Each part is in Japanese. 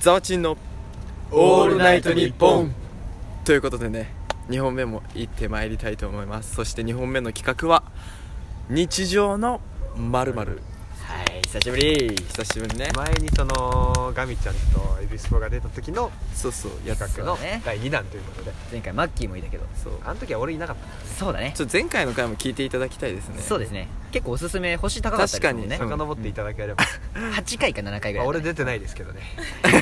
ザワチンのオールナイトニッポンということでね2本目も行ってまいりたいと思いますそして2本目の企画は日常のまるまるはい久しぶり久しぶりね前にそのガミちゃんとエビスポが出た時のそうそうや企つち画のそうね第2弾ということで前回マッキーもいたけどそうあの時は俺いなかったそうだねょっと前回の回も聞いていただきたいですねそうですね結構おすすめ星高かったですもんね確か遡っていただければ、 8回か7回ぐまらあ、 俺いだね、出てないですけどね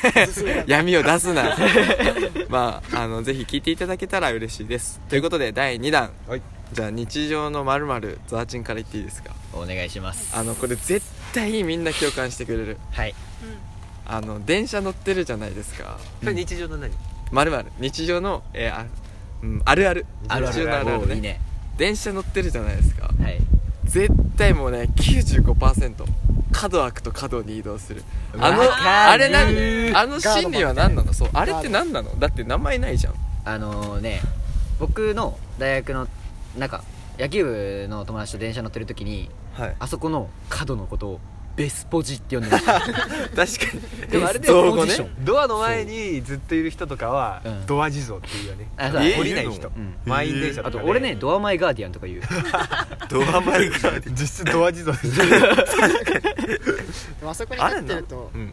闇を出すな まああのぜひ聞いていただけたら嬉しいですということで第2弾はいじゃあ日常のまるまるザワチンから言っていいですかお願いしますあのこれ絶対みんな共感してくれるはいあの電車乗ってるじゃないですかそれ日常の何、まるまる日常の、えーあうん、あるあるあるあ日常るのあるあるねいいね電車乗ってるじゃないですかはい絶対もうね95%角開くと角に移動するあのわかるあれ何あの心理は何なのそうあれって何なのだって名前ないじゃんあのね僕の大学の中野球部の友達と電車乗ってる時にはいあそこの角のことをベスポジって呼んでました確かにでもあれで造語ポジねションドアの前にずっといる人とかは、うんドア地蔵っていうよねあそうだね降りない人うん満員電車あとかとで俺ねドアマイガーディアンとか言うドアマイ ガー実質ドア地蔵ですでもあそこにあ立れってなるとうん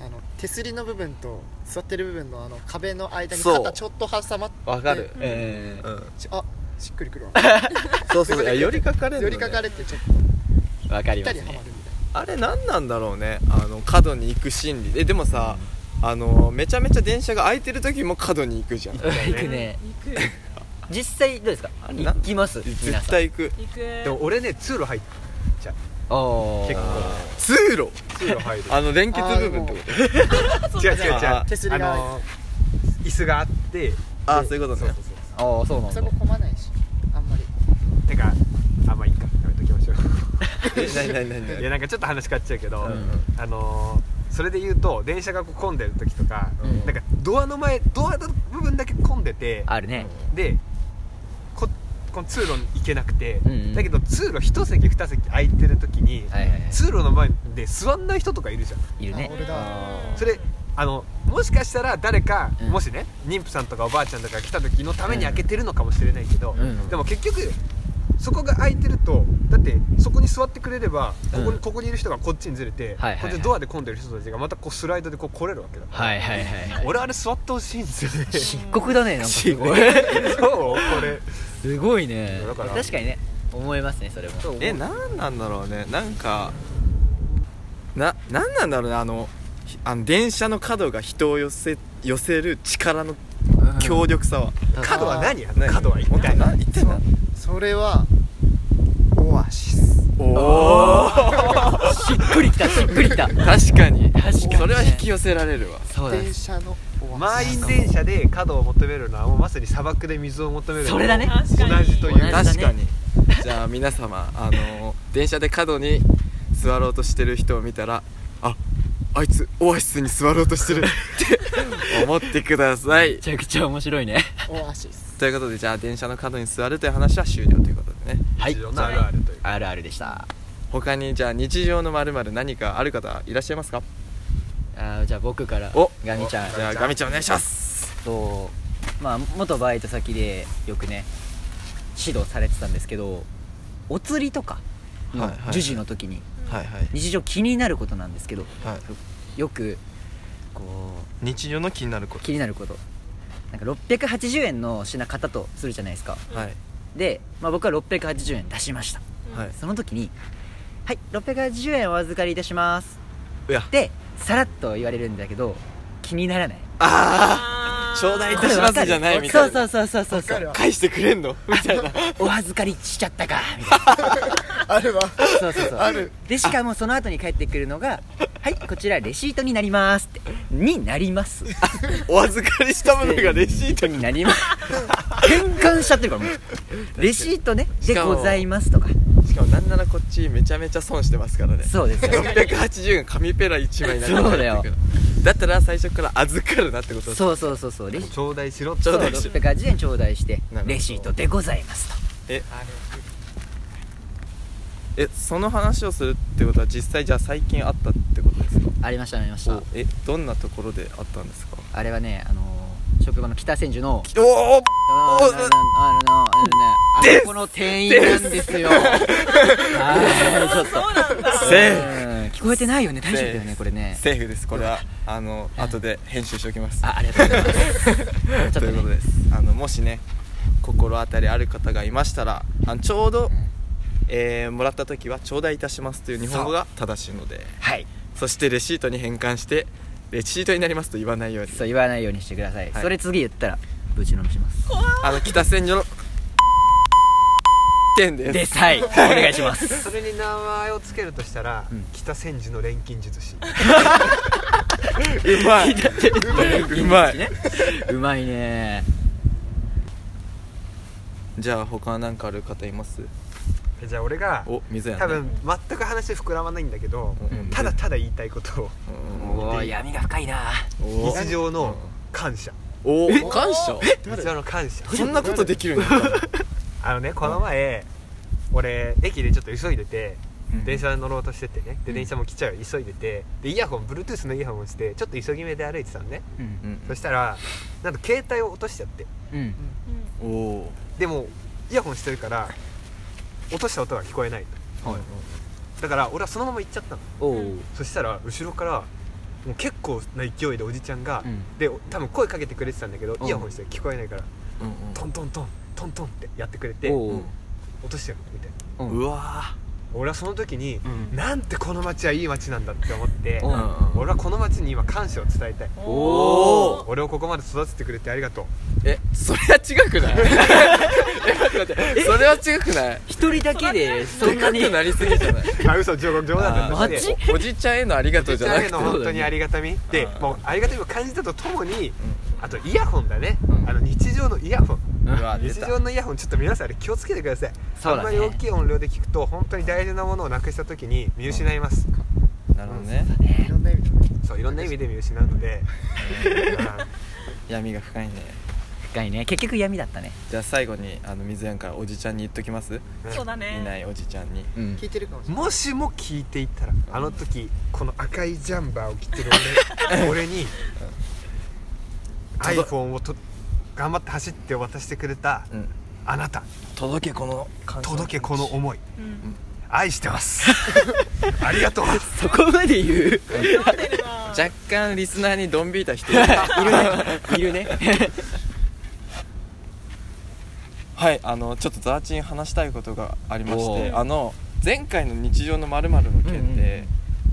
あの手すりの部分と座ってる部分のあの壁の間にそう肩ちょっと挟まってわかるえうんちあしっくりくるわそうそういや寄りかかれるの寄りねかかれてちょっとー、わかぴりっまたすりはまねるみたいあれ何なんだろうねあの角に行く心理えでもさあのめちゃめちゃ電車が空いてる時も角に行くじゃん行くね 実際どうですかあれな行きます皆絶さん対行く行くでも俺ね通路入っちゃうおー結構通路通路入るあの連結部分ってこと違う違う違うああー手すりがの椅子があってああそういうことねそうああそうななんだそこ混まないしあんまりてかあんまあいいかやめときましょうえ何何何いや何なんかちょっと話変わっちゃうけど、んあのーそれで言うと電車がこう混んでる時とか、うんなんかドアの前ドアの部分だけ混んでてあるねでここの通路に行けなくて、うんうんだけど通路一席二席空いてる時に、はいはいはい通路の前で座んない人とかいるじゃんいるねあ俺だそれあのもしかしたら誰か、うんもしね妊婦さんとかおばあちゃんとか来た時のために開けてるのかもしれないけど、うんでも結局そこが空いてるとだってそこに座ってくれればここ,、うんここにいる人がこっちにずれて、はいはいはいこっちでドアで混んでる人たちがまたこうスライドでこう来れるわけだから、はいはいはい俺あれ座ってほしいんですよね漆黒だねなんかすごい そうこれすごいねだから確かにね思いますねそれもえ何なんだろうねなんかな何なんだろうねあのひあの電車の角が人を寄せ寄せる力の強力さは、角は何や何角は一本当体な一体何それはオアシスおおしっくりきたしっくり きた確かに確かにねそれは引き寄せられるわそうだ電車のオア満シス員電車で角を求めるのはもうまさに砂漠で水を求めるのとそれだね同じという同じだね確かにじゃあ皆様あの電車で角に座ろうとしてる人を見たらああいつオアシスに座ろうとしてる って思ってくださいめちゃくちゃ面白いねオアシスということでじゃあ電車の角に座るという話は終了ということでねはい日常のあるあるというあるあるでした他にじゃあ日常のまる何かある方いらっしゃいますかあーじゃあ僕からおガミちゃんじゃあガミちゃんお願いしますとまあ元バイト先でよくね指導されてたんですけどお釣りとかのはいはいはい授受の時にはいはい日常気になることなんですけどはいよくこ日常の気になるこう気になることなんか680円の品買ったとするじゃないですかはいで、まあ、僕は680円出しましたはいその時に「はい680円お預かりいたしますいや」でさらっと言われるんだけど気にならないあああー頂戴いたしますじゃないみたいそなうそうそうそうそうそう返してくれんの みたいなお預かりしちゃったかみたいな あるわそうそうそうあるでしかもその後に帰ってくるのが「はいこちらレシートになります」って「になります」お預かりしたものがレシートにになります変換しちゃってるからもうレシートねしでかもございますとかしかもなんならこっちめちゃめちゃ損してますからねそうですよ680円紙ペラ1枚なんかそうだよだったら最初から預かるなってことそうそうそうそうレシート頂戴しろっちてょそううだいし680円頂戴してほどレシートでございますとえその話をするってことは実際じゃあ最近あったってことですかありましたありましたえどんなところであったんですかあれはねあのー職場の北千住のおおあのあのねあそこの店員なんですよはいちょっとセーフうん聞こえてないよね大丈夫だよねこれねセーフですこれはあの後で編集しておきますあありがとうございます ちょっとということねですあのもしね心当たりある方がいましたらあのちょうど、えーもらった時は「頂戴いたします」という日本語が正しいのではいそしてレシートに返還してレシートになりますと言わないようにそう言わないようにしてくださいはいそれ次言ったらぶちのめしますあの北千住の点ですですはいお願いしますそれに名前をつけるとしたら、ん北千住の錬金術師うまいうまいうまいねじゃあ他なんかある方いますえじゃあ俺がお水やね多分全く話膨らまないんだけど、うんただただ言いたいことをうんおー闇が深いなお日常の感謝おえ感謝日常の感謝そんなことできるんだあのねこの前、俺駅でちょっと急いでてうん電車乗ろうとしててねで電車も来ちゃうよ急いでてでイヤホン Bluetooth のイヤホンをしてちょっと急ぎ目で歩いてたのね、うんそしたらなんと携帯を落としちゃってうんおおでもイヤホンしてるから落とした音が聞こえないーはいだから俺はそのまま行っちゃったのおおそしたら後ろからもう結構な勢いでおじちゃんが、うんで多分声かけてくれてたんだけど、うんイヤホンして聞こえないからうトントントントントンってやってくれておう落としてるみたいなんうんうわ俺はその時に、うんなんてこの街はいい街なんだって思って、うんー俺はこの街に今感謝を伝えたいお俺をここまで育ててくれてありがとうえそれは違くない え待って待ってそれは違くない一人だけでそんなにでかくなりすぎじゃない あ嘘冗冗談だあマージでおじちゃんへのありがとうじゃなくての本当にありがたみであーもうありがたみを感じたとともにあとイヤホンだね、あの日常のイヤホンうわ出日た常のイヤホンちょっと皆さんあれ気をつけてください、そあうんだまねり大きい音量で聞くと本当に大事なものをなくした時に見失います、なるほどねいろんな意味でねそういろんな意味で見失うので、うん闇が深いね深いね結局闇だったねじゃあ最後にあの水やんからおじちゃんに言っときますそうだねいないおじちゃんにうん聞いてるかもしれないもしも聞いていたらあの時この赤いジャンバーを着てる 俺俺に iPhone をと頑張って走って渡してくれたうんあなた届けこの届けこの思いうん愛してますありがとうそこまで言う待てるな若干リスナーにドン引いた人いる いるねはいあのちょっとザーチン話したいことがありましおてーあの前回の日常のまるの件で、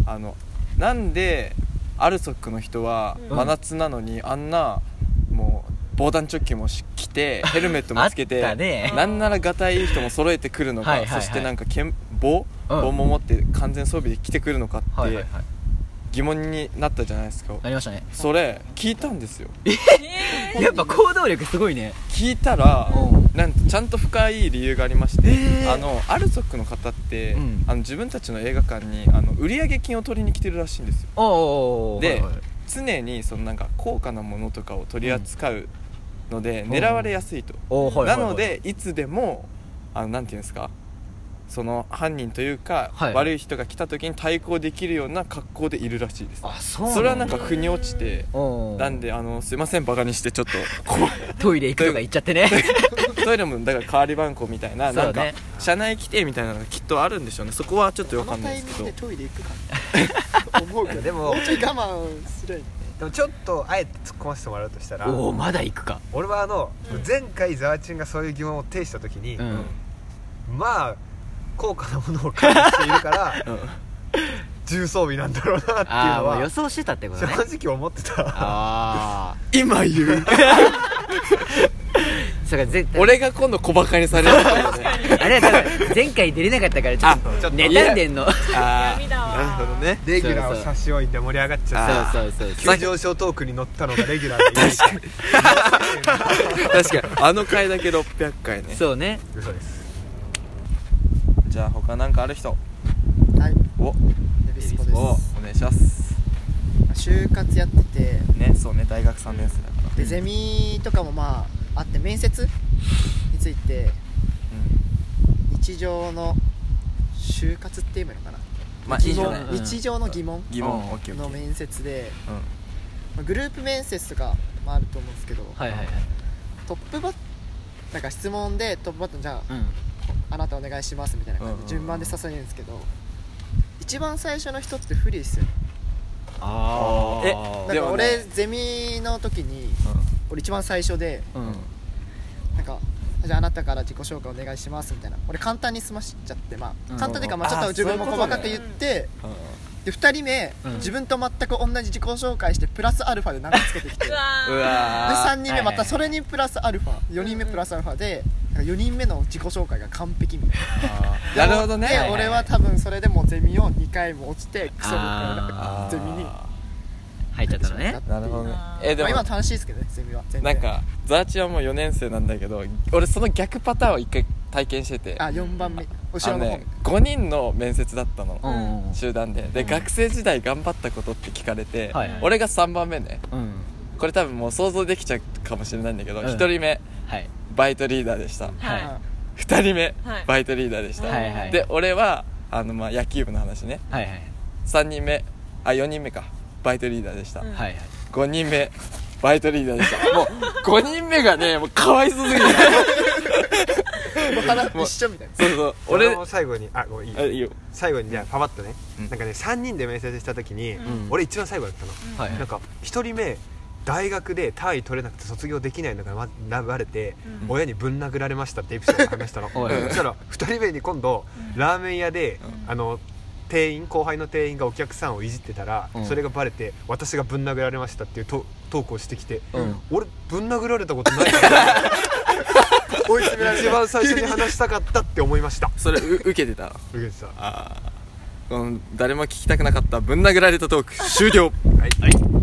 あのなんでアルソックの人はうん真夏なのにあんなもう防弾チョッキもし着 てヘルメットもつけてあったねなんならがたいいい人も揃えてくるのかはいはいはいそしてなんか剣棒、うん棒も持って完全装備で来てくるのかっはいはていはい疑問になったじゃないですか、なりましたねそれ聞いたんですよやっぱ行動力すごいね聞いたらうなんとちゃんと深い理由がありまして、えーあのアルソックの方って、うんあの自分たちの映画館にあの売上金を取りに来てるらしいんですよおうおうおうで、はいはい常にそのなんか高価なものとかを取り扱うので、狙われやすいと、おうはいはいなはいのでいつでもあのなんていうんですかその犯人というか、はい悪い人が来た時に対抗できるような格好でいるらしいですあそうそれはななんんだか腑に落ちておうおうなんであのすいませんバカにして ちょっとこうトイレ行くとか言っちゃってね トイレもだから代わり番号みたいな、そなんうかね社内規定みたいなのがきっとあるんでしょうねそこはちょっとわかこんのなタいでイミンすグけどでトイレ行くかな思うけどででもももうちょい我慢すりゃいい でもちょっとあえて突っ込ませてもらうとしたら おおまだ行くか俺はあの前回ザワチンがそういう疑問を呈した時に、うんまあ高価なものを買っているから、 重装備なんだろうなっていうのああもう予は想してたってことね正直思ってたああ今言うそれから絶対俺が今度小バカにされ るからねあれは多分前回出れなかったからちょっとちょっと妬んでんのそうあ闇だわあなるほどねレギュラーを差し置いて盛り上がっちゃってそうそうそう急上昇トークに乗ったのがレギュラーでいい確かにあの回だけ600回ねそうね嘘ですじゃあ他なんかある人はいおエビスポおですお願いします就活やっててねそうね大学3年生だからでゼミとかもまああって面接について日常の就活っていうのかなまあ日日常常ねうん日常の疑問疑う問んオッケーのオッケー面接で、うんまあグループ面接とかもあると思うんですけど、はいはいはいトップバッなんか質問でトップバッターにじゃあうんあなたお願いしますみたいな感じうんうんうんで順番で誘えるんですけど、一番最初の一つって不利ですよねあーなえんでもかね俺、ゼミの時に俺一番最初でうんなんかじゃああなたから自己紹介お願いしますみたいな俺簡単に済ましちゃってまあうん簡単というかまあちょあっと自分もそういうこと細ねかく言ってうんで2人目うん自分と全く同じ自己紹介してプラスアルファで何かつけて きてでうわー3人はいはいは目いまたそれにプラスアルファ4人目プラスアルファで4人目の自己紹介が完璧みたい ななるほどねではいはい俺は多分それでもうゼミを2回も落ちてクソみたいあなーゼミに入っちゃったのねなるほどねえでまあも今は楽しいですけどねゼミは全然なんかザーチはもう4年生なんだけど俺その逆パターンを一回体験しててあ4番目後ろの方ね5人の面接だったの、うんうん集団でで、うん学生時代頑張ったことって聞かれて、はいはい俺が3番目ねうんこれ多分もう想像できちゃうかもしれないんだけど、うん1人目はいバイトリーダーでしたはいうん2人目、はいバイトリーダーでした、はいはいで俺はあのまあ野球部の話ねはいはい3人目あ4人目かバイトリーダーでした、うんはいはい5人目バイトリーダーでしたもう5人目がねもうかわいそうすぎるもう話一緒みたいなそうそう俺俺も最後にあごめんいいあいいよ最後にじゃあパパッとね、うんなんかね3人で面接した時に、ん俺一番最後だったの、はいなんか1人目大学で単位取れなくて卒業できないのが流れて、うん親にぶん殴られましたってエピソードを話したのおいうんそしたら2人目に今度ラーメン屋で、うんあの店員後輩の店員がお客さんをいじってたら、うんそれがバレて私がぶん殴られましたっていうトトークをしてきて、うん俺ぶん殴られたこと ないから追い詰められ一る番最初に話したかったって思いましたそれう受けてたウゲさんああこの誰も聞きたくなかったぶん殴られたトーク終了はい